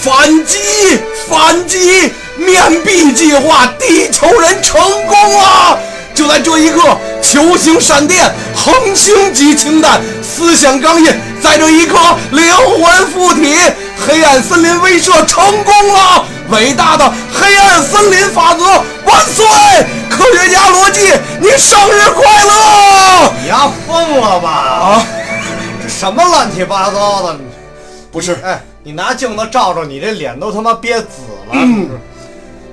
反击，反击！面壁计划地球人成功了。就在这一刻，球形闪电恒星级氢弹，思想钢印在这一刻灵魂附体，黑暗森林威慑成功了。伟大的黑暗森林法则万岁！科学家罗辑，你生日快乐！你丫疯了吧？啊，这什么乱七八糟的？不是，哎，你拿镜子照照，你这脸都他妈憋紫了。嗯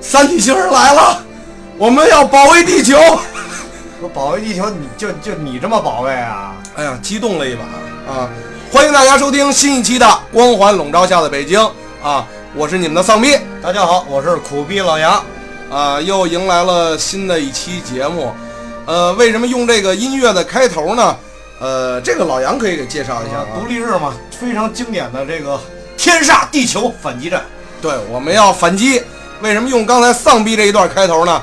三体星人来了，我们要保卫地球。我保卫地球，你就就你这么保卫啊？哎呀，激动了一把啊！欢迎大家收听新一期的《光环笼罩下的北京》啊！我是你们的丧逼大家好，我是苦逼老杨。啊，又迎来了新的一期节目。呃，为什么用这个音乐的开头呢？呃，这个老杨可以给介绍一下啊。独立日嘛，非常经典的这个天煞地球反击战。 对，我们要反击。为什么用刚才丧逼这一段开头呢？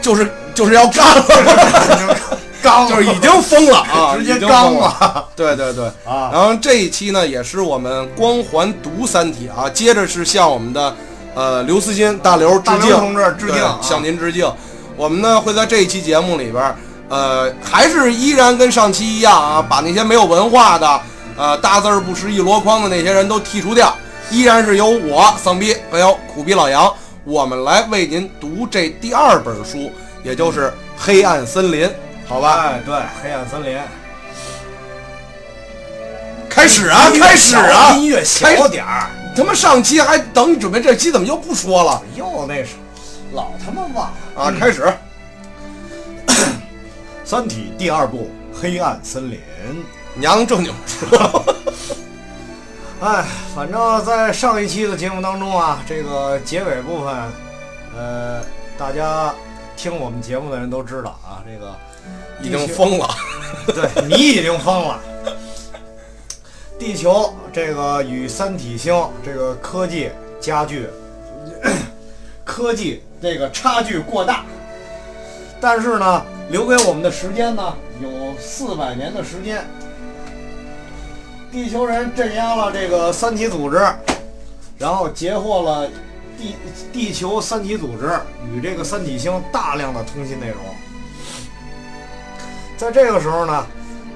就是就是要干了， 刚就是已经疯了啊，直接已经刚疯了。了 对对对，啊！然后这一期呢，也是我们光环读三体啊，接着是向我们的呃刘慈欣大刘致大刘敬，同志致敬对啊向您致敬。我们呢会在这一期节目里边儿，呃，还是依然跟上期一样啊，把那些没有文化的、呃大字儿不识一箩筐的那些人都剔除掉，依然是由我丧逼还有苦逼老杨，我们来为您读这第二本书，也就是《黑暗森林》，好吧？哎，对，黑暗森林。开始啊，音乐开始啊，小音乐开小点儿，他妈上期还等你准备这期，怎么又不说了又那是，老他妈忘了。啊？开始， 《三体》第二部《黑暗森林》。娘能正经说。哎，反正在上一期的节目当中啊，这个结尾部分，呃，大家听我们节目的人都知道啊，这个已经疯了，对你已经疯了。地球这个与三体星这个科技加剧， 科技这个差距过大，但是呢，留给我们的时间呢有四百年的时间。地球人镇压了这个三体组织，然后截获了地地球三体组织与这个三体星大量的通信内容。在这个时候呢，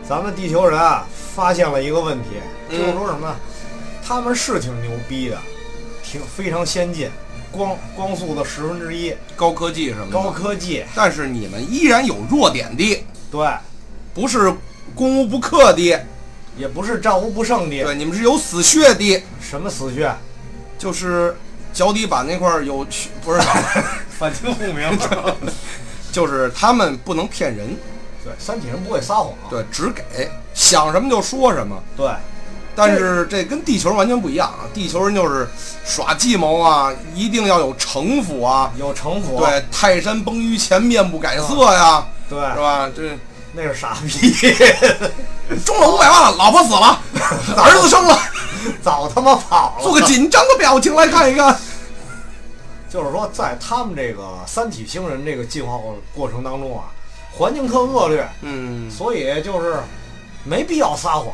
咱们地球人啊发现了一个问题，嗯就是说什么呢？他们是挺牛逼的，挺非常先进，光光速的十分之一，高科技什么高的，科技。但是你们依然有弱点的，对，不是攻无不克的，也不是战无不胜的，对，你们是有死穴的，什么死穴，就是脚底板那块儿有血，不是， 反清复明。就是他们不能骗人， 对，三体人不会撒谎。对，只给想什么就说什么。对但是这跟地球完全不一样啊！地球人就是耍计谋啊，一定要有城府啊，有城府。对，泰山崩于前面不改色呀、对是吧？这那是傻逼， 中了五百万了，老婆死了，儿子生了，早他妈跑了。做个紧张的表情来看一看。就是说，在他们这个三体星人这个进化过过程当中啊，环境特恶劣，嗯，所以就是没必要撒谎，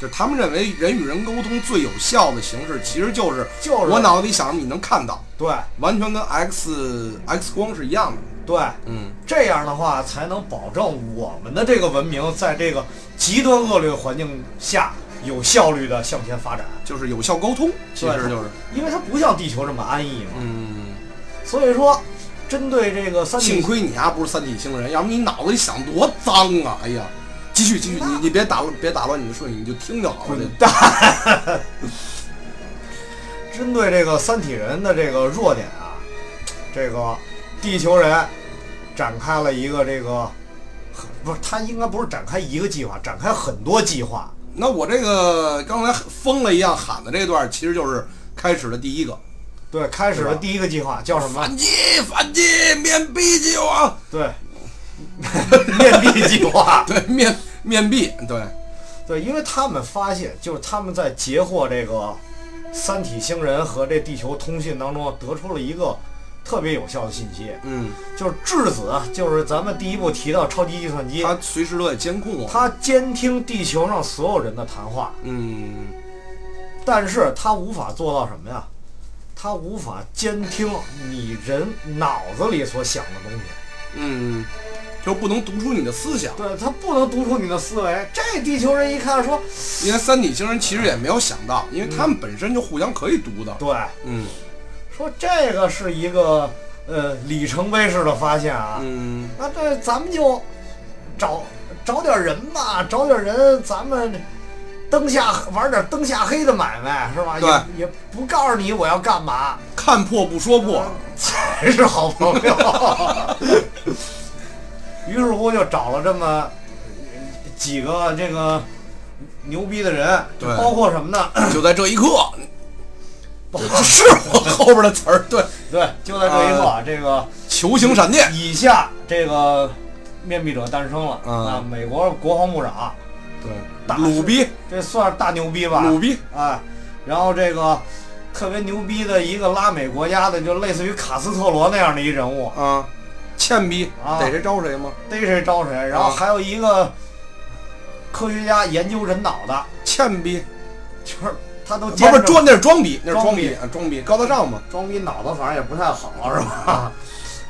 就他们认为人与人沟通最有效的形式，其实就是就是我脑子里想什么你能看到，对完全跟 X X 光是一样的。对，嗯，这样的话才能保证我们的这个文明在这个极端恶劣环境下有效率的向前发展。就是有效沟通，其实对就是因为它不像地球这么安逸嘛，嗯，所以说，针对这个三幸体，亏你丫不是三体星人，要不你脑子里想多脏啊！哎呀，继续继续，你你别打乱别打乱你的顺序，你就听就好了。滚蛋！针对这个三体人的这个弱点啊，这个地球人展开了一个这个，不是他应该不是展开一个计划，展开很多计划。那我这个刚才疯了一样喊的这段，其实就是开始的第一个。对，开始的第一个计划叫什么？反击，反击，面壁啊计划，对， 面壁计划。 对面面壁，对，对，因为他们发现，就是他们在截获这个三体星人和这地球通信当中，得出了一个特别有效的信息，嗯，就是质子，啊就是咱们第一步提到超级计算机，他随时都在监控我，它监听地球上所有人的谈话，嗯，但是它无法做到什么呀？它无法监听你人脑子里所想的东西。嗯，就不能读出你的思想。对，它不能读出你的思维。这地球人一看说，因为三体星人其实也没有想到，因为他们本身就互相可以读的。嗯对，嗯说这个是一个呃里程碑式的发现啊。嗯，那这咱们就找找点人吧，找点人，咱们灯下玩点灯下黑的买卖是吧？对也也不告诉你我要干嘛，看破不说破。才是好朋友。 于是乎就找了这么几个这个牛逼的人，就对包括什么呢？就在这一刻，包括这是我后边的词儿。对，呃对，就在这一刻啊，这个球形闪电。以下这个面壁者诞生了嗯啊，美国国防部长，对大鲁逼，这算是大牛逼吧？鲁逼，哎，然后这个特别牛逼的一个拉美国家的，就类似于卡斯特罗那样的一人物，啊，欠逼，啊逮谁招谁吗？逮谁招谁。然啊后还有一个科学家研究人脑的，欠逼，就是他都不兼是不是着装，那是装逼，那是装装逼逼啊，装逼，高大上嘛。装逼脑子，反正也不太好，是吧？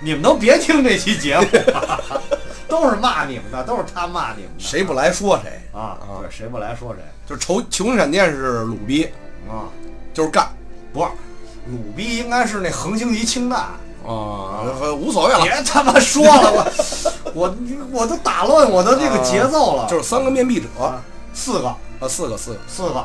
你们都别听这期节目 了，都是骂你们的，都是他骂你们的。谁不来说谁，啊？啊对，谁不来说谁就是球球形闪电是鲁逼，啊？就是干不是，鲁逼应该是那恒星级氢弹。啊，无所谓了， 别他妈说了，我我我都打乱我的这个节奏了。啊就是三个面壁者，啊，四个，啊，四个四个。四个，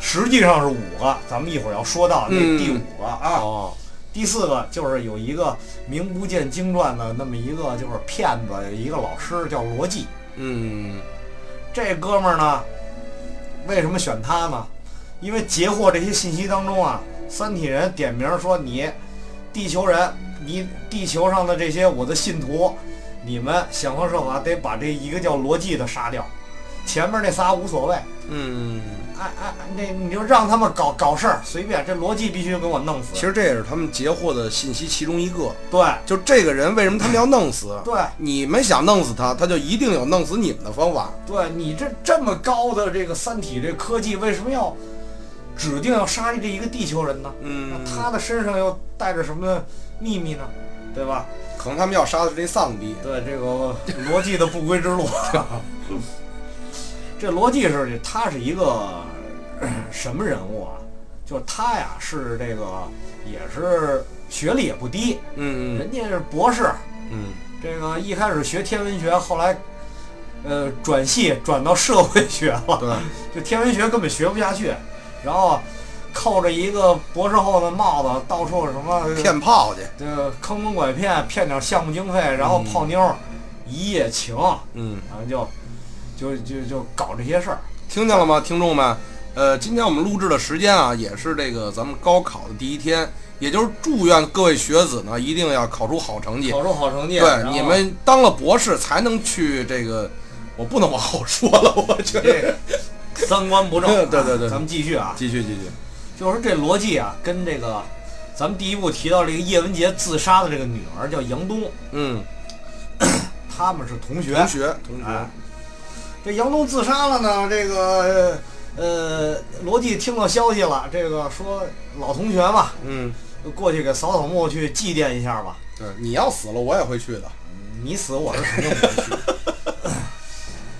实际上是五个，咱们一会儿要说到那嗯第五个啊。哦，第四个就是有一个名不见经传的那么一个就是骗子，一个老师叫罗辑。嗯，这哥们儿呢，为什么选他呢？因为截获这些信息当中啊，三体人点名说你地球人，你地球上的这些我的信徒，你们想方设法得把这一个叫罗辑的杀掉，前面那仨无所谓，嗯，哎哎，哎那你就让他们搞搞事儿，随便，这罗辑必须给我弄其死。实这也是他们截获的信息其中一个。对就这个人为什么他们要弄死？对你们想弄死他，他就一定有弄死你们的方法。对，你这这么高的这个三体这科技，为什么要指定要杀这一个地球人呢？那嗯，他的身上又带着什么秘密呢？对吧？可能他们要杀的是这丧逼。对这个逻辑的不归之路， 这逻辑是他是一个 呃什么人物啊？就是他呀，是这个也是学历也不低，嗯人家是博士，嗯这个一开始学天文学，后来呃转系转到社会学了嗯，，对，就天文学根本学不下去，然后扣着一个博士后的帽子，到处什么骗炮去。这个坑蒙拐骗，骗点项目经费，然后泡妞，一夜情，嗯，然后就就就就搞这些事儿。听见了吗，听众们？呃，今天我们录制的时间啊，也是这个咱们高考的第一天，也就是祝愿各位学子呢，一定要考出好成绩。考出好成绩，然对，后你们当了博士才能去这个，我不能往后说了， 我觉得。。这个三观不正 对对对咱们继续啊，继续继续。就是这逻辑啊，跟这个咱们第一部提到这个叶文洁自杀的这个女儿叫杨东，嗯，他们是同学同。学同哎学，，这杨东自杀了呢，这个呃，罗辑听到消息了，这个说老同学嘛，嗯，过去给扫扫墓去祭奠一下吧。对，你要死了我也会去的。你死我是肯定不会去。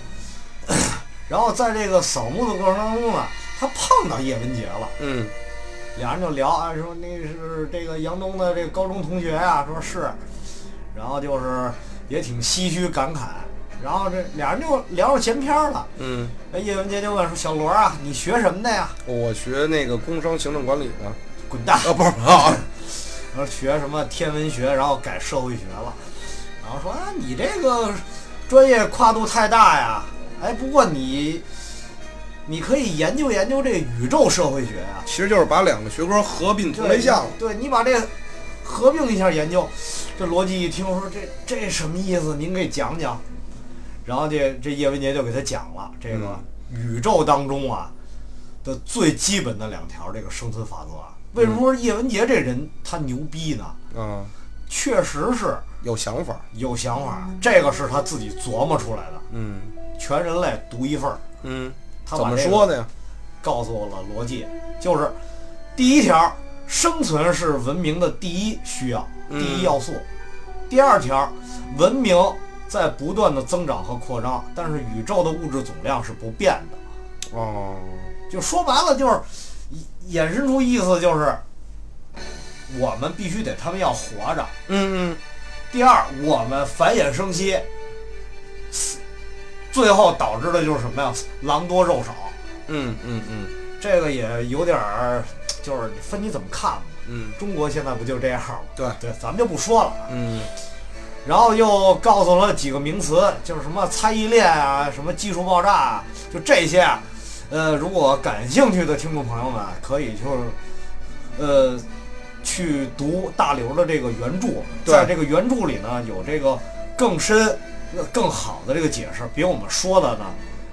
然后在这个扫墓的过程当中呢，他碰到叶文洁了，嗯俩人就聊啊，说那是这个杨东的这个高中同学啊，说是，然后就是也挺唏嘘感慨，然后这俩人就聊着闲篇儿了。嗯，哎，叶文洁就问说：“小罗啊，你学什么的呀我学那个工商行政管理的。？”滚蛋！啊，不是不是啊，然后学什么天文学，然后改社会学了，然后说啊，你这个专业跨度太大呀，哎，不过你你可以研究研究这宇宙社会学呀、其实就是把两个学科合并成为项了。对你把这合并一下研究，这逻辑一听说这这什么意思？您给讲讲。然后这这叶文洁就给他讲了这个宇宙当中啊的最基本的两条这个生存法则啊。为什么说叶文洁这人他牛逼呢？嗯，确实是有想法。有想法，这个是他自己琢磨出来的，嗯全人类独一份儿。嗯，他怎把么这个说的呀？告诉我了逻辑，就是第一条，生存是文明的第一需要，第嗯一要素。第二条，文明在不断的增长和扩张，但是宇宙的物质总量是不变的。哦，就说白了，就是衍衍生出意思就是，我们必须得他们要活着。嗯嗯，第二，我们繁衍生息，最后导致的就是什么呀？狼多肉少。嗯嗯嗯这个也有点儿，就是分你怎么看吧。嗯，中国现在不就这样吗？对对，咱们就不说了啊。嗯然后又告诉了几个名词，就是什么猜疑链啊，什么技术爆炸、啊，就这些啊。呃，如果感兴趣的听众朋友们，啊可以就是，呃，去读大刘的这个原著，啊对在这个原著里呢，有这个更深、呃更好的这个解释，比我们说的呢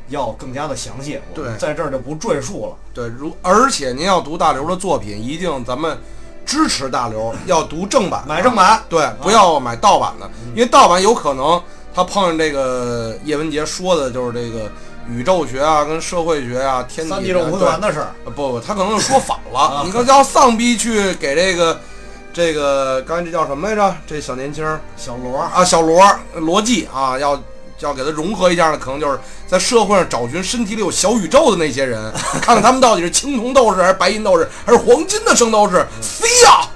要更加的详细。我对们在这儿就不赘述了。对，如嗯而且您要读大刘的作品，一定咱们支持大刘，要读正版，买正版，啊对，不要买盗版的，因为盗版有可能他碰上这个叶文洁说的就是这个宇宙学啊，跟社会学啊，天体三 D 肉啊回对环的事儿。啊不不，他可能是说反了啊。你看，要丧逼去给这个这个刚才这叫什么来着？这小年轻儿小 罗儿，啊，小罗罗辑啊，要要给他融合一下呢，可能就是在社会上找寻身体里有小宇宙的那些人，看看他们到底是青铜斗士还是白银斗士，还是黄金的圣斗士。See ya！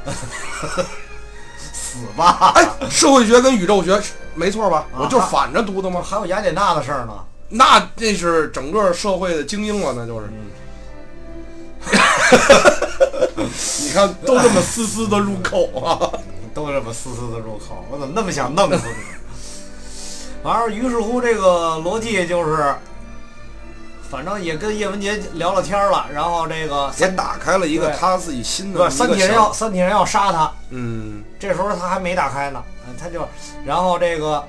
死吧！哎，社会学跟宇宙学是没错吧？啊我就是反着读的吗？还有雅典娜的事儿呢。那这是整个社会的精英了，那就是。嗯。 你看，都这么丝丝的入扣啊。 都这么丝丝的入口，我怎么那么想弄死你？ 完了，于是乎这个罗辑就是，反正也跟叶文洁聊了天儿了，然后这个也三打开了一个对他自己新的不是一个三体人小要三体人要杀他，嗯这时候他还没打开呢，嗯他就然后这个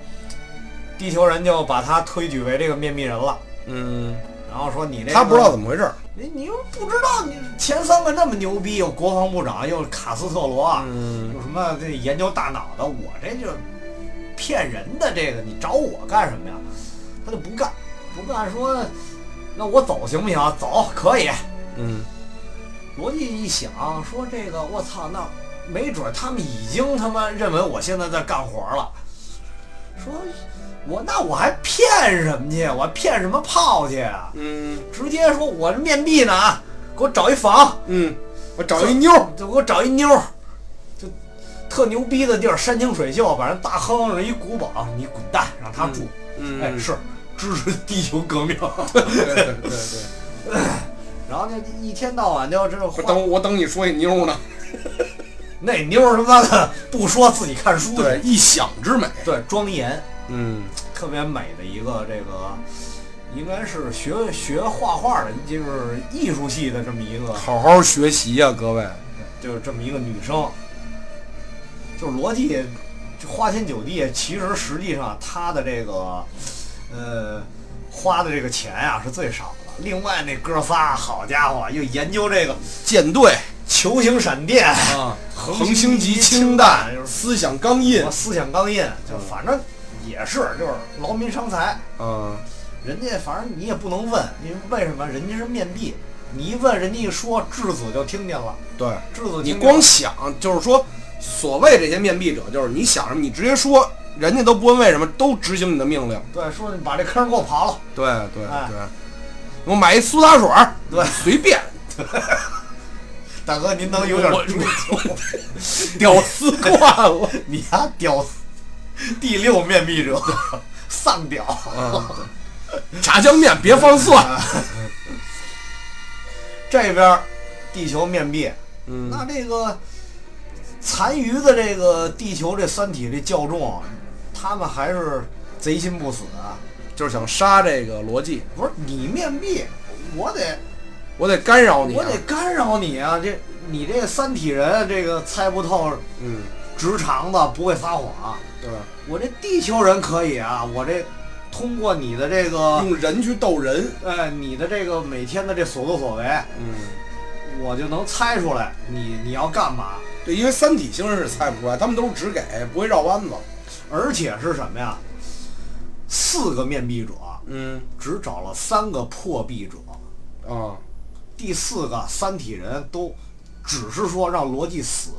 地球人就把他推举为这个面壁人了，嗯，然后说你这个、他不知道怎么回事儿。你你又不知道你前三个那么牛逼，有国防部长，又有卡斯特罗，啊嗯有什么这研究大脑的，我这就骗人的这个，你找我干什么呀？他就不干，不干说，那我走行不行？走可以。嗯罗辑一想说这个，我操，那没准他们已经他妈认为我现在在干活了，说我那我还骗什么去？我还骗什么炮去啊？嗯直接说我这面壁呢啊，给我找一房，嗯，我找一妞儿。就给我找一妞儿，就特牛逼的地儿，山清水秀，反正大坑是一古堡，你滚蛋，让他住。嗯哎，是支持地球 革命。对对对对。然后就一天到晚就这不是画等我等你说一妞儿呢。那妞儿他妈的不说自己看书去，对，一想之美。对庄严嗯特别美的一个这个。应该是学学画画的，就是艺术系的这么一个好好学习呀、各位。就是这么一个女生，就是罗辑就花天酒地，其实实际上她的这个呃花的这个钱呀、是最少的。另外那哥仨，好家伙，又研究这个舰队球形闪电、啊，恒星级级氢氢弹，弹，就是思想钢印什么。思想钢印，就反正也是就是劳民伤财。嗯人家反正你也不能问，因为为什么人家是面壁，你一问人家一说，质子就听见了，对。质子你听见光了想，就是说，所谓这些面壁者，就是你想什么，你直接说，人家都不问为什么，都执行你的命令。对说你把这坑给我刨了。对对哎对，我买一苏打水儿，对随便，大哥，您能有点我 追求？屌丝惯了。你丫屌丝，第六面壁者，丧屌！嗯，对炸酱面别放蒜。这边儿地球面壁，嗯那这个残余的这个地球这三体这教众，他们还是贼心不死啊！就是想杀这个逻辑，不是你面壁，我得我得干扰你、我啊。得干扰你啊！这你这三体人这个猜不透嗯，直肠子，不会撒谎。对吧？我这地球人可以啊，我这通过你的这个用人去斗人。呃，你的这个每天的这所作所为，嗯，我就能猜出来你你要干嘛，对，因为三体星人是猜不出来，他们都是直给，不会绕弯子。而且是什么呀？四个面壁者嗯只找了三个破壁者，啊，第四个三体人都只是说让罗辑死，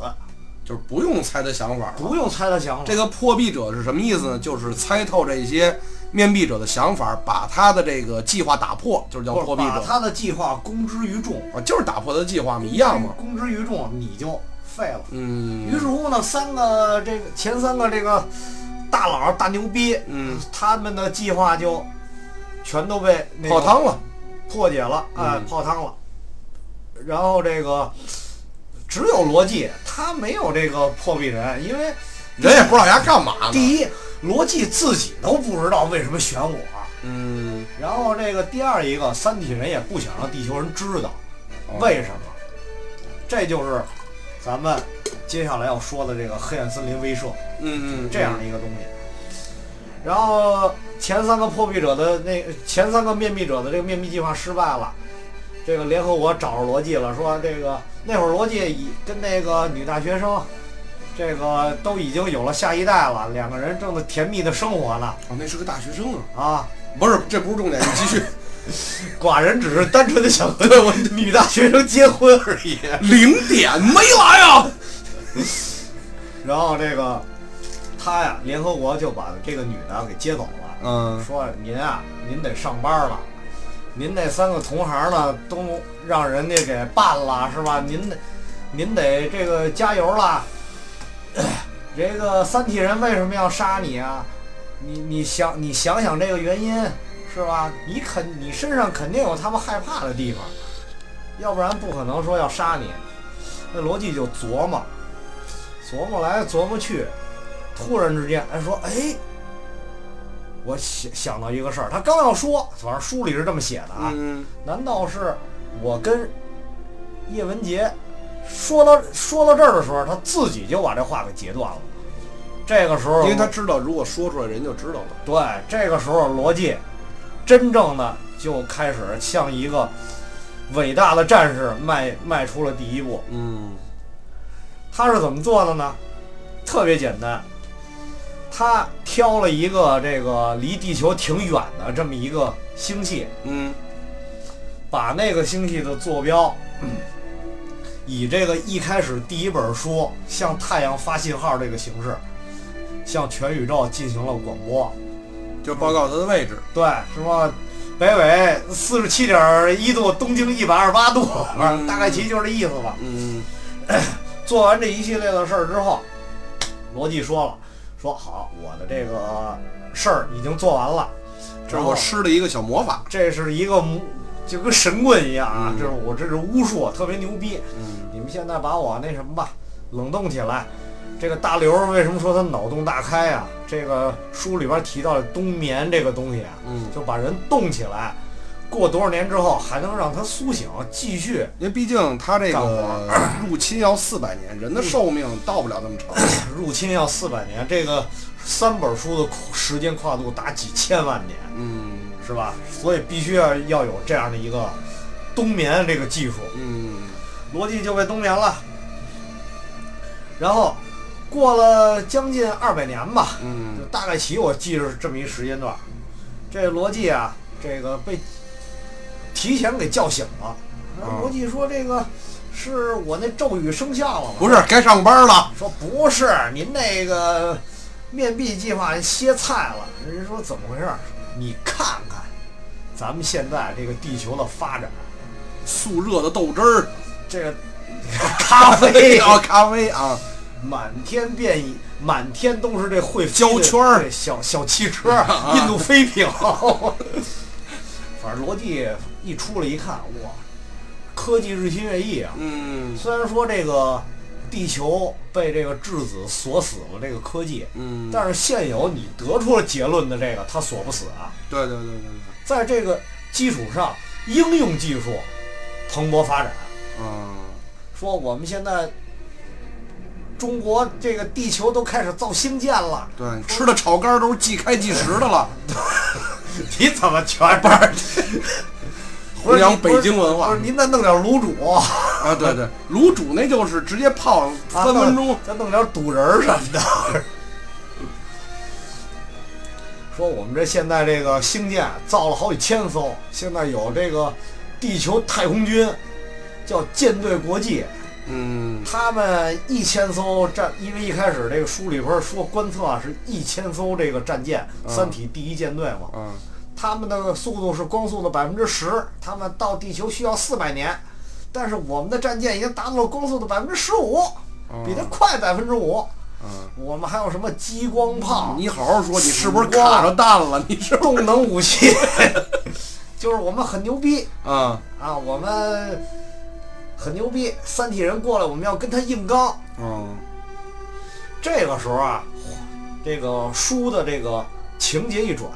就是不用猜的想法。不用猜他想法。这个破壁者是什么意思呢？就是猜透这些面壁者的想法，把他的这个计划打破，就是叫不破是壁把者他的计划公之于众，啊，就是打破他的计划嘛，一样嘛。公之于众你就废了。嗯于是乎呢，三个这个前三个这个大佬大牛逼，嗯，他们的计划就全都被那个泡汤了。破解了，哎，嗯泡汤了。然后这个只有罗辑，他没有这个破壁人，因为人也不知道人家干嘛呢。第一，罗辑自己都不知道为什么选我。嗯，然后这个第二一个，三体人也不想让地球人知道哦为什么。这就是咱们接下来要说的这个黑暗森林威慑嗯嗯，这样的一个东西。然后前三个破壁者的那前三个面壁者的这个面壁计划失败了，这个联合国找着罗辑了，说这个那会儿罗辑已跟那个女大学生，这个都已经有了下一代了，两个人正在甜蜜的生活呢哦，那是个大学生啊，啊，不是，这不是重点，你继续。寡人只是单纯的想和女大学生结婚而已。零点没来啊。然后这个他呀，联合国就把这个女的给接走了。嗯，说您啊，您得上班了，您那三个同行呢都让人家给办了是吧？您得您得这个加油了。 这个三体人为什么要杀你啊？你你想你想想这个原因是吧？你肯你身上肯定有他们害怕的地方，要不然不可能说要杀你。那罗辑就琢磨，琢磨来琢磨去，突然之间，哎说哎，我想想到一个事儿，他刚要说，反正书里是这么写的啊，嗯，难道是我跟叶文洁说到说到这儿的时候，他自己就把这话给截断了？这个时候，因为他知道，如果说出来，人就知道了。对这个时候罗辑真正的就开始向一个伟大的战士迈迈出了第一步。嗯，他是怎么做的呢？特别简单，他挑了一个这个离地球挺远的这么一个星系，嗯，把那个星系的坐标，以这个一开始第一本书向太阳发信号这个形式，向全宇宙进行了广播。就报告他的位置。对，什么北纬四十七点一度，东经一百二十八度，嗯大概其就是这意思吧。嗯，做完这一系列的事儿之后，罗辑说了，说好，我的这个事儿已经做完了，这是然后我施的一个小魔法。这是一个魔就跟神棍一样啊，嗯这是我这是巫术，特别牛逼。嗯，你们现在把我那什么吧，冷冻起来。这个大刘为什么说他脑洞大开啊？这个书里边提到的冬眠这个东西啊，嗯，就把人冻起来，过多少年之后还能让他苏醒，继续。因为毕竟他这干个 入侵要四百年，人的寿命到不了那么长。入侵要四百年，这个三本书的时间跨度达几千万年，嗯是吧？所以必须要要有这样的一个冬眠这个技术。嗯，罗辑就被冬眠了。然后过了将近二百年吧，就嗯，大概齐我记着是这么一时间段儿。这罗辑啊，这个被提前给叫醒了。啊罗辑说：“这个是我那咒语生效了吗？”不是该上班了。说不是，您那个面壁计划歇菜了。人家说怎么回事儿？你看看，咱们现在这个地球的发展，速热的豆汁儿，这个咖 啡啊，咖啡啊，满天遍野，满天都是这会飞的胶圈儿啊对小小汽车儿，印度 飞艇。反正罗辑一出来一看，哇，科技日新月异啊！嗯虽然说这个地球被这个质子锁死了，这个科技，嗯，但是现有你得出了结论的这个，它锁不死啊。对对对对在这个基础上，应用技术蓬勃发展。对，嗯，说我们现在中国这个地球都开始造星舰了，对，吃的炒肝都是即开即食的了， 你怎么全班儿？弘扬北京文 不化是您再弄点卤煮，啊，对对，卤煮那就是直接泡 三分钟， 再弄点肚仁儿 什么的。说我们这现在这个星舰造了好几千艘，现在有这个地球太空军，叫舰队国际，嗯他们一千艘战，因为一开始这个书里边说观测啊是一千艘这个战舰，三体第一舰队嘛，嗯他们的速度是光速的百分之十，他们到地球需要四百年，但是我们的战舰已经达到了光速的百分之十五，比它快百分之五。嗯，我们还有什么激光炮、你好好说，你是不是卡着蛋了？你是动能武器， 就是我们很牛逼啊啊，我们很牛逼。三体人过来，我们要跟他硬刚。嗯这个时候啊，这个书的这个情节一转，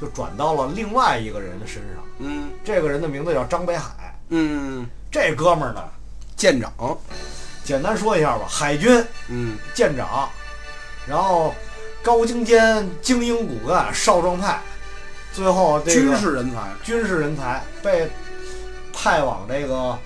就转到了另外一个人身上。嗯这个人的名字叫张北海。嗯，这哥们儿呢，舰长，简单说一下吧，海军嗯舰长，然后高精尖、精英骨干、少壮派，最后这军个事人才，军事人才被派往这个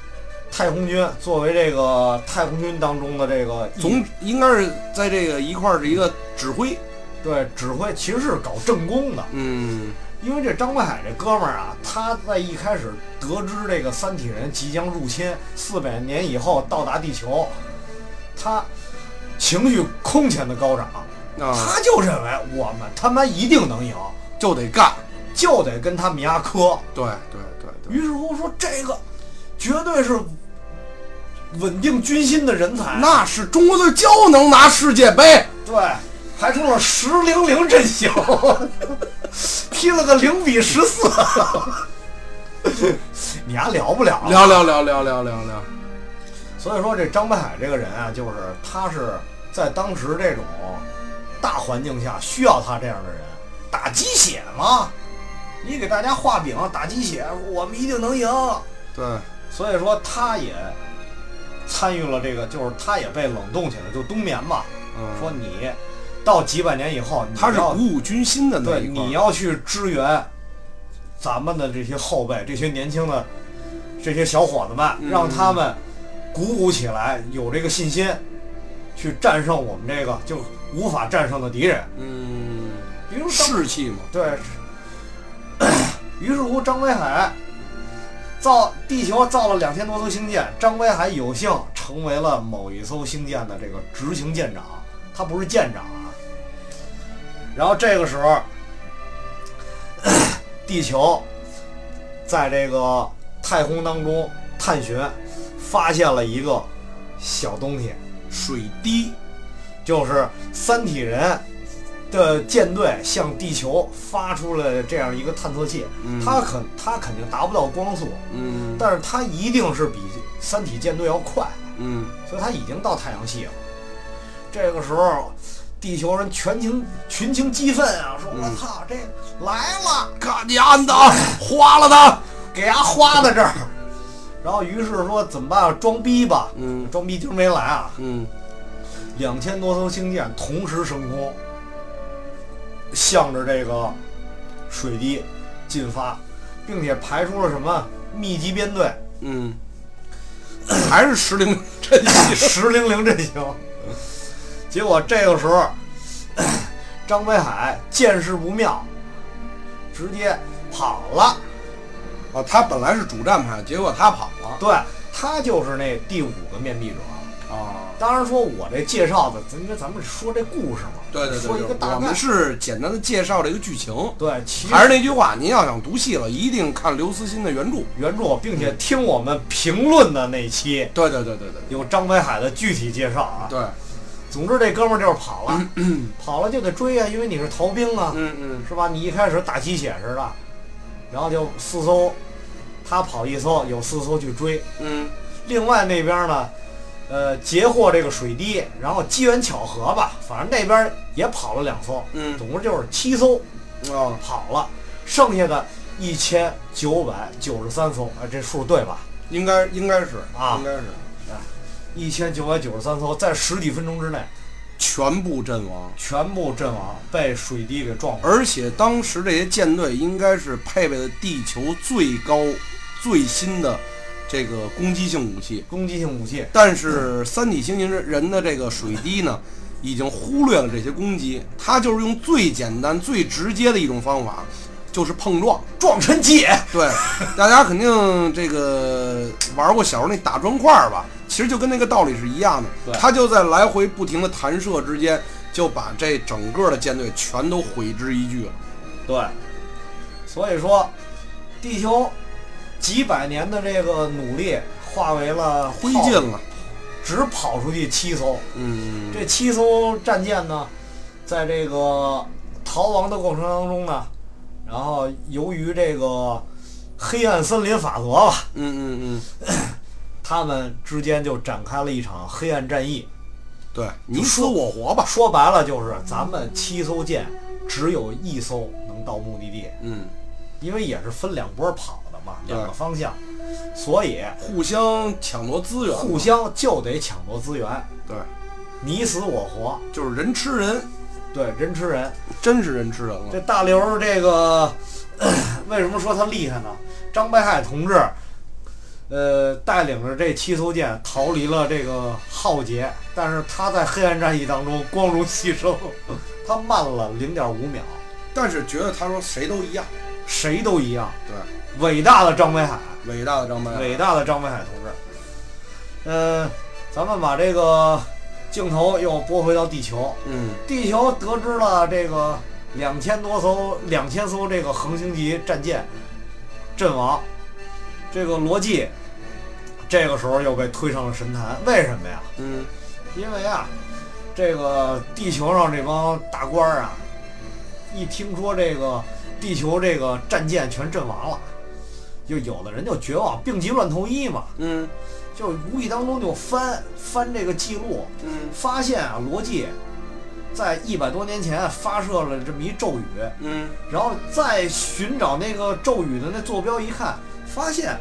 太空军，作为这个太空军当中的这个一总应该是在这个一块儿是一个指挥。对指挥，其实是搞政工的。嗯因为这张北海这哥们儿啊，他在一开始得知这个三体人即将入侵，四百年以后到达地球，他情绪空前的高涨，啊，他就认为我们他妈一定能赢，就得干。就得跟他们牙磕。对对对对，于是乎说这个绝对是稳定军心的人才，那是中国队就能拿世界杯。对，还出了十零零阵型，踢了个零比十四， 你还聊不了了？聊聊聊聊聊聊聊。所以说，这张北海这个人啊，就是他是在当时这种大环境下需要他这样的人，打鸡血嘛。你给大家画饼，打鸡血，我们一定能赢。对，所以说，他也参与了这个，就是他也被冷冻起来，就冬眠嘛。嗯，说你到几百年以后，你他是要鼓舞军心的那对一块儿。你要去支援咱们的这些后辈，这些年轻的这些小伙子们，嗯让他们鼓舞起来，有这个信心去战胜我们这个就无法战胜的敌人。嗯，比如张士气嘛。对， 于是乎张北海造地球造了两千多艘星舰，张北海有幸成为了某一艘星舰的这个执行舰长，他不是舰长啊。然后这个时候，地球在这个太空当中探寻，发现了一个小东西，水滴，就是三体人的舰队向地球发出了这样一个探测器，嗯它肯它肯定达不到光速，嗯但是它一定是比三体舰队要快，嗯所以它已经到太阳系了。这个时候，地球人全情群情激愤啊，说：“嗯我操，这来了，干你安的，花了他。给伢花在这儿。”然后于是说：“怎么办？装逼吧！嗯装逼今儿没来啊！嗯，两千多艘星舰同时升空，向着这个水滴进发，并且排出了什么密集编队 嗯，还是十零真惜。十零零阵型。结果这个时候， 张北海见势不妙，直接跑了。啊，他本来是主战派，结果他跑了。对他就是那第五个面壁者。啊，当然说，我这介绍的，因为咱们说这故事嘛，对对对，说一个就是我大概们。是简单的介绍这个剧情。对，其实还是那句话，您要想读戏了，一定看刘慈欣的原著。原著，并且听我们评论的那期对对对对对有张北海的具体介绍啊。对，总之这哥们儿就是跑了， 跑了就得追啊，因为你是逃兵啊，嗯嗯是吧？你一开始打鸡血似的，然后就四艘，他跑一艘，有四艘去追。嗯另外那边呢，呃，截获这个水滴，然后机缘巧合吧，反正那边也跑了两艘，嗯总共就是七艘啊，跑了，剩下的一千九百九十三艘，哎，这数对吧？应该应该是啊应该是一千九百九十三艘，在十几分钟之内全部阵亡。全部阵亡，被水滴给撞毁。而且当时这些舰队应该是配备了地球最高、最新的这个攻击性武器，攻击性武器，但是三体星人人的这个水滴呢，已经忽略了这些攻击，它就是用最简单、最直接的一种方法，就是碰撞。撞沉基野。对，大家肯定这个玩过小时候那打砖块儿吧，其实就跟那个道理是一样的对。他就在来回不停的弹射之间，就把这整个的舰队全都毁之一炬了。对，所以说，地球几百年的这个努力化为了灰炮烬，了。只跑出去七艘。嗯，这七艘战舰呢，在这个逃亡的过程当中呢，然后由于这个黑暗森林法则吧，嗯嗯嗯，他们之间就展开了一场黑暗战役。对，你死我活吧。说白了就是，咱们七艘舰只有一艘能到目的地，嗯，因为也是分两波跑的嘛，对两个方向，所以互相抢夺资源嘛，互相就得抢夺资源，对，你死我活，就是人吃人，对，人吃人。真是人吃人了。这大刘儿这个 为什么说他厉害呢？张北海同志，呃，带领着这七艘舰逃离了这个浩劫，但是他在黑暗战役当中光荣牺牲， 他慢了零点五秒，但是觉得他说谁都一样，谁都一样。对，伟大的张北海，伟大的张白，伟大的张北海同志。嗯，咱们把这个镜头又拨回到地球，嗯，地球得知了这个两千多艘、两千艘这个恒星级战舰阵亡，这个罗辑这个时候又被推上了神坛，为什么呀？嗯，因为啊，这个地球上这帮大官儿啊，一听说这个地球这个战舰全阵亡了，就有的人就绝望，病急乱投医嘛，嗯，就无意当中就翻翻这个记录，嗯，发现啊，罗辑在一百多年前发射了这么一咒语，嗯，然后再寻找那个咒语的那坐标一看，发现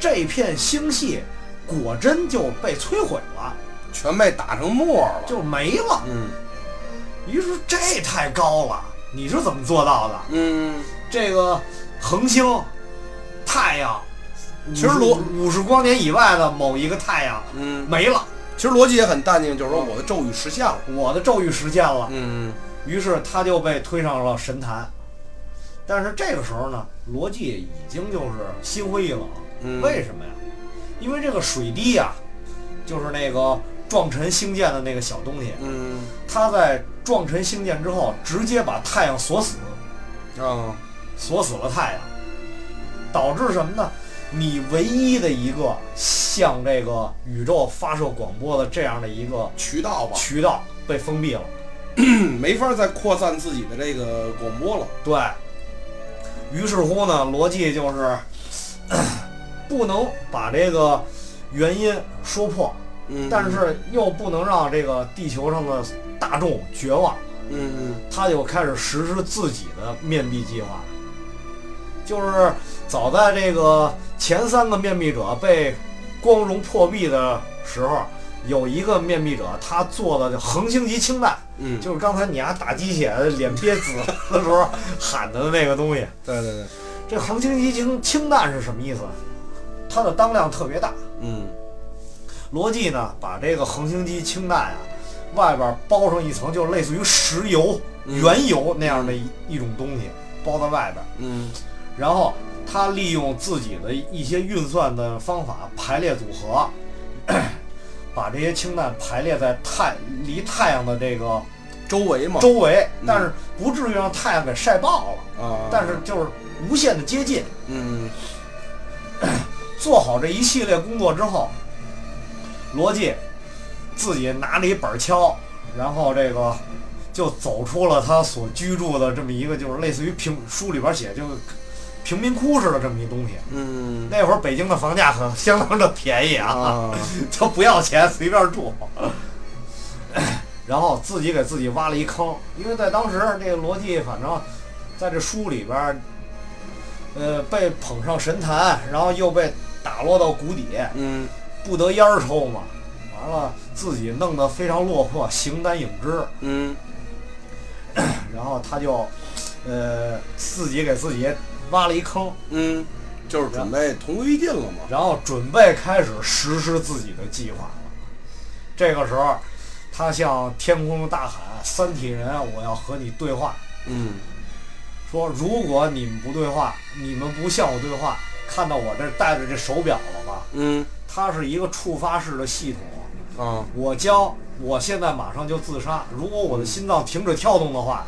这片星系果真就被摧毁了，全被打成沫儿了。就没了。嗯于是这太高了，你是怎么做到的？嗯，这个恒星、太阳，其实罗五十光年以外的某一个太阳嗯，没了，其实罗辑也很淡定，就是说我的咒语实现了。我的咒语实现了。嗯于是他就被推上了神坛。但是这个时候呢，罗辑已经就是心灰意冷。嗯为什么呀？因为这个水滴呀、就是那个撞沉星舰的那个小东西，嗯它在撞沉星舰之后，直接把太阳锁死，啊，锁死了太阳，导致什么呢？你唯一的一个向这个宇宙发射广播的这样的一个渠道吧，渠道被封闭了。嗯没法再扩散自己的这个广播了。对，于是乎呢，罗辑就是 咳不能把这个原因说破，嗯，但是又不能让这个地球上的大众绝望，嗯他就开始实施自己的面壁计划。就是早在这个前三个面壁者被光荣破壁的时候，有一个面壁者他做的恒星级氢弹，嗯，就是刚才你丫打鸡血脸憋紫的时候喊的那个东西。对对对，这恒星级氢氢弹是什么意思？它的当量特别大。嗯罗辑呢，把这个恒星级氢弹啊，外边包上一层，就是类似于石油、嗯原油那样的一一种东西，包在外边。嗯然后他利用自己的一些运算的方法排列组合， 把这些氢弹排列在太离太阳的这个周围嘛，周围嗯，但是不至于让太阳给晒爆了，啊，但是就是无限的接近。嗯做好这一系列工作之后，罗辑自己拿着一板锹，然后这个就走出了他所居住的这么一个，就是类似于平书里边写就贫民窟似的这么一东西。嗯那会儿北京的房价可相当的便宜啊，啊， 就不要钱随便住。然后自己给自己挖了一坑，因为在当时这个罗辑，反正在这书里边儿，呃，被捧上神坛，然后又被打落到谷底，嗯不得烟儿抽嘛。完了，自己弄得非常落魄，形单影只。嗯然后他就，呃，自己给自己挖了一坑，嗯，就是准备同归于尽了嘛。然后准备开始实施自己的计划了。这个时候，他向天空中大喊：“三体人，我要和你对话。嗯说如果你们不对话，你们不向我对话，看到我这戴着这手表了吧？嗯它是一个触发式的系统。啊，我将我现在马上就自杀，如果我的心脏停止跳动的话，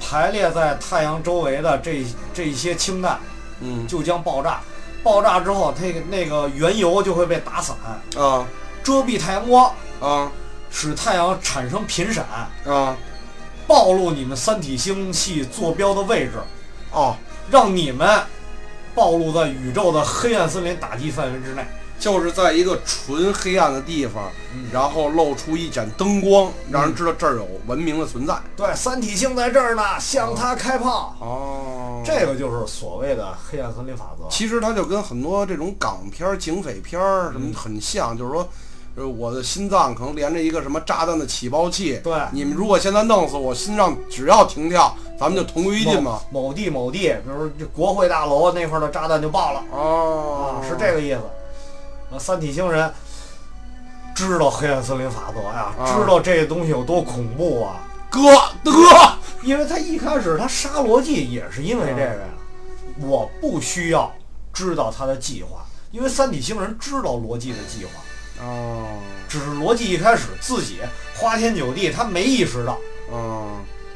排列在太阳周围的这这些氢弹嗯就将爆炸。爆炸之后，那个那个原油就会被打散，啊遮蔽太阳光，啊使太阳产生频闪，啊暴露你们三体星系坐标的位置，哦，让你们暴露在宇宙的黑暗森林打击范围之内。就是在一个纯黑暗的地方，嗯然后露出一盏灯光，让人知道这儿有文明的存在。对，三体星在这儿呢，向它开炮。哦，这个就是所谓的黑暗森林法则。其实它就跟很多这种港片儿、警匪片儿什么很像，就是说，呃，我的心脏可能连着一个什么炸弹的起爆器。对你们如果现在弄死我，心脏只要停跳，咱们就同归于尽嘛。某某地某地，比如这国会大楼啊那块儿的炸弹就爆了哦啊，，是这个意思。那三体星人知道黑暗森林法则呀，啊知道这东西有多恐怖啊，哥哥，因为他一开始他杀罗辑也是因为这个呀。嗯我不需要知道他的计划，因为三体星人知道罗辑的计划，哦，只是罗辑一开始自己花天酒地，他没意识到。嗯，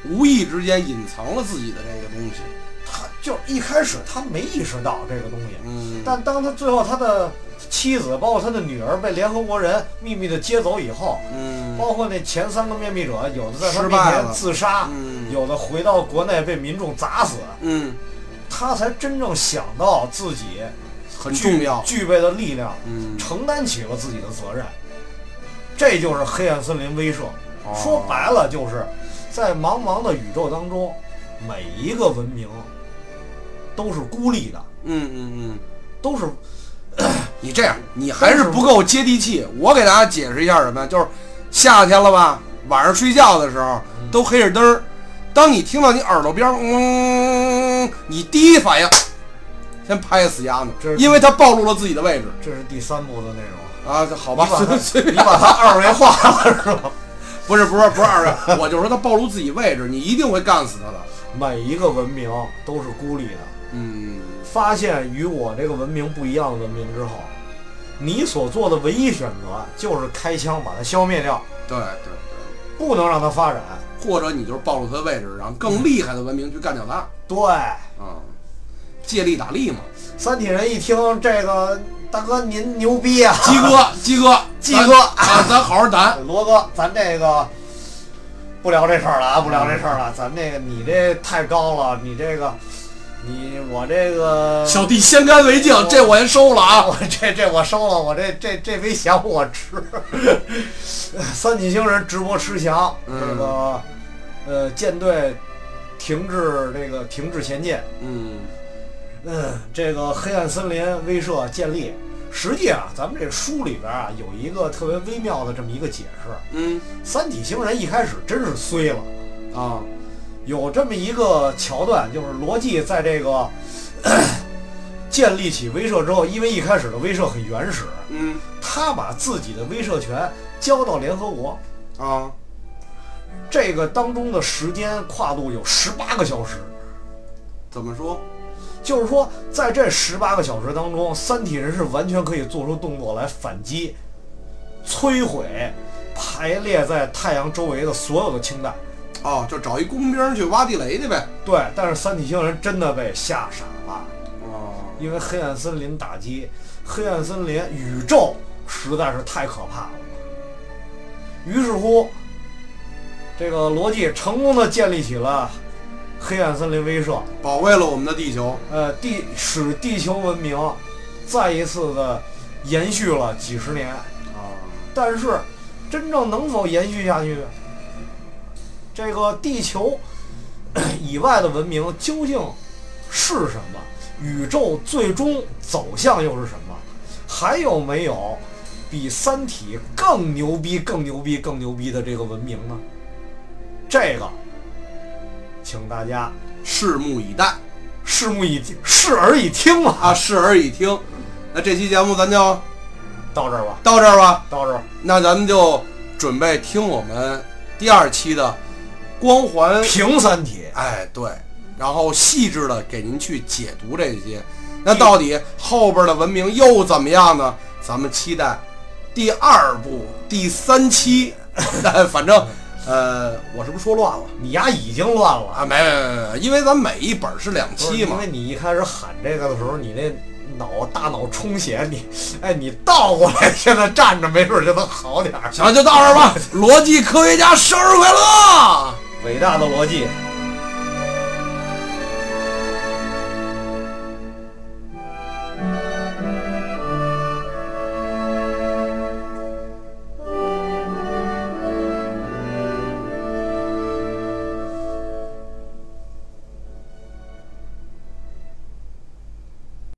无意之间隐藏了自己的这个东西。他就一开始他没意识到这个东西，嗯，但当他最后他的妻子，包括他的女儿被联合国人秘密的接走以后，嗯，包括那前三个面壁者，有的在他失面败了前自杀，嗯有的回到国内被民众砸死，嗯，他才真正想到自己很具重要。具备的力量，嗯，承担起了自己的责任。这就是黑暗森林威慑，哦说白了就是，在茫茫的宇宙当中，每一个文明都是孤立的，嗯嗯嗯。都是你这样，你还是不够接地气。我给大家解释一下什么呀，就是夏天了吧，晚上睡觉的时候嗯都黑着灯儿，当你听到你耳朵边儿嗡，你第一反应先拍死丫这头，是因为他暴露了自己的位置这是第三部的内容。啊。好吧，你 把随你把它二维化了是吧？不是不是不是二位，我就说他暴露自己位置，你一定会干死他的。每一个文明都是孤立的。嗯，发现与我这个文明不一样的文明之后，你所做的唯一选择就是开枪把它消灭掉，对对对，不能让它发展。或者你就是暴露他的位置，然后嗯更厉害的文明去干掉他对，啊，借力打力嘛。三体人一听这个，大哥您牛逼啊，鸡哥， 鸡哥，鸡哥啊，咱好好谈。罗哥，咱这个不聊这事儿了啊，不聊这事儿了，咱这个你这太高了，你这个你我这个小弟先干为敬，这我先收了啊，啊。 我这这我收了，我这这这杯翔我吃。三体星人直播吃翔，嗯这个呃舰队停滞，这个停滞前进。嗯，嗯，这个黑暗森林威慑建立。实际啊，咱们这书里边啊有一个特别微妙的这么一个解释：嗯，三体星人一开始真是衰了，啊，有这么一个桥段，就是罗辑在这个 咳建立起威慑之后，因为一开始的威慑很原始，嗯，他把自己的威慑权交到联合国，啊，这个当中的时间跨度有十八个小时，怎么说？就是说，在这十八个小时当中，三体人是完全可以做出动作来反击、摧毁排列在太阳周围的所有的氢弹。哦，就找一工兵去挖地雷去呗。对，但是三体星人真的被吓傻了，哦，因为黑暗森林打击，黑暗森林宇宙实在是太可怕了。于是乎，这个罗辑成功的建立起了黑暗森林威慑，保卫了我们的地球。呃，地使地球文明再一次的延续了几十年。啊，但是，真正能否延续下去，这个地球以外的文明究竟是什么？宇宙最终走向又是什么？还有没有比《三体》更牛逼、更牛逼、更牛逼的这个文明呢？这个，请大家拭目以待拭目以听，拭耳以听嘛。啊，拭耳以听。那这期节目咱就到这儿吧，到这儿吧。到这儿，那咱们就准备听我们第二期的光环评《三体》。哎，对，然后细致的给您去解读这些。那到底后边的文明又怎么样呢？咱们期待第二部第三期。 但反正，呃，我是不是说乱了你丫已经乱了。啊？没没没没，因为咱每一本是两不是期嘛因为。你一开始喊这个的时候，你那脑大脑充血，你哎，你倒过来，现在站着没准就能好点 儿。行，就到这儿吧。逻辑科学家生日快乐！伟大的逻辑，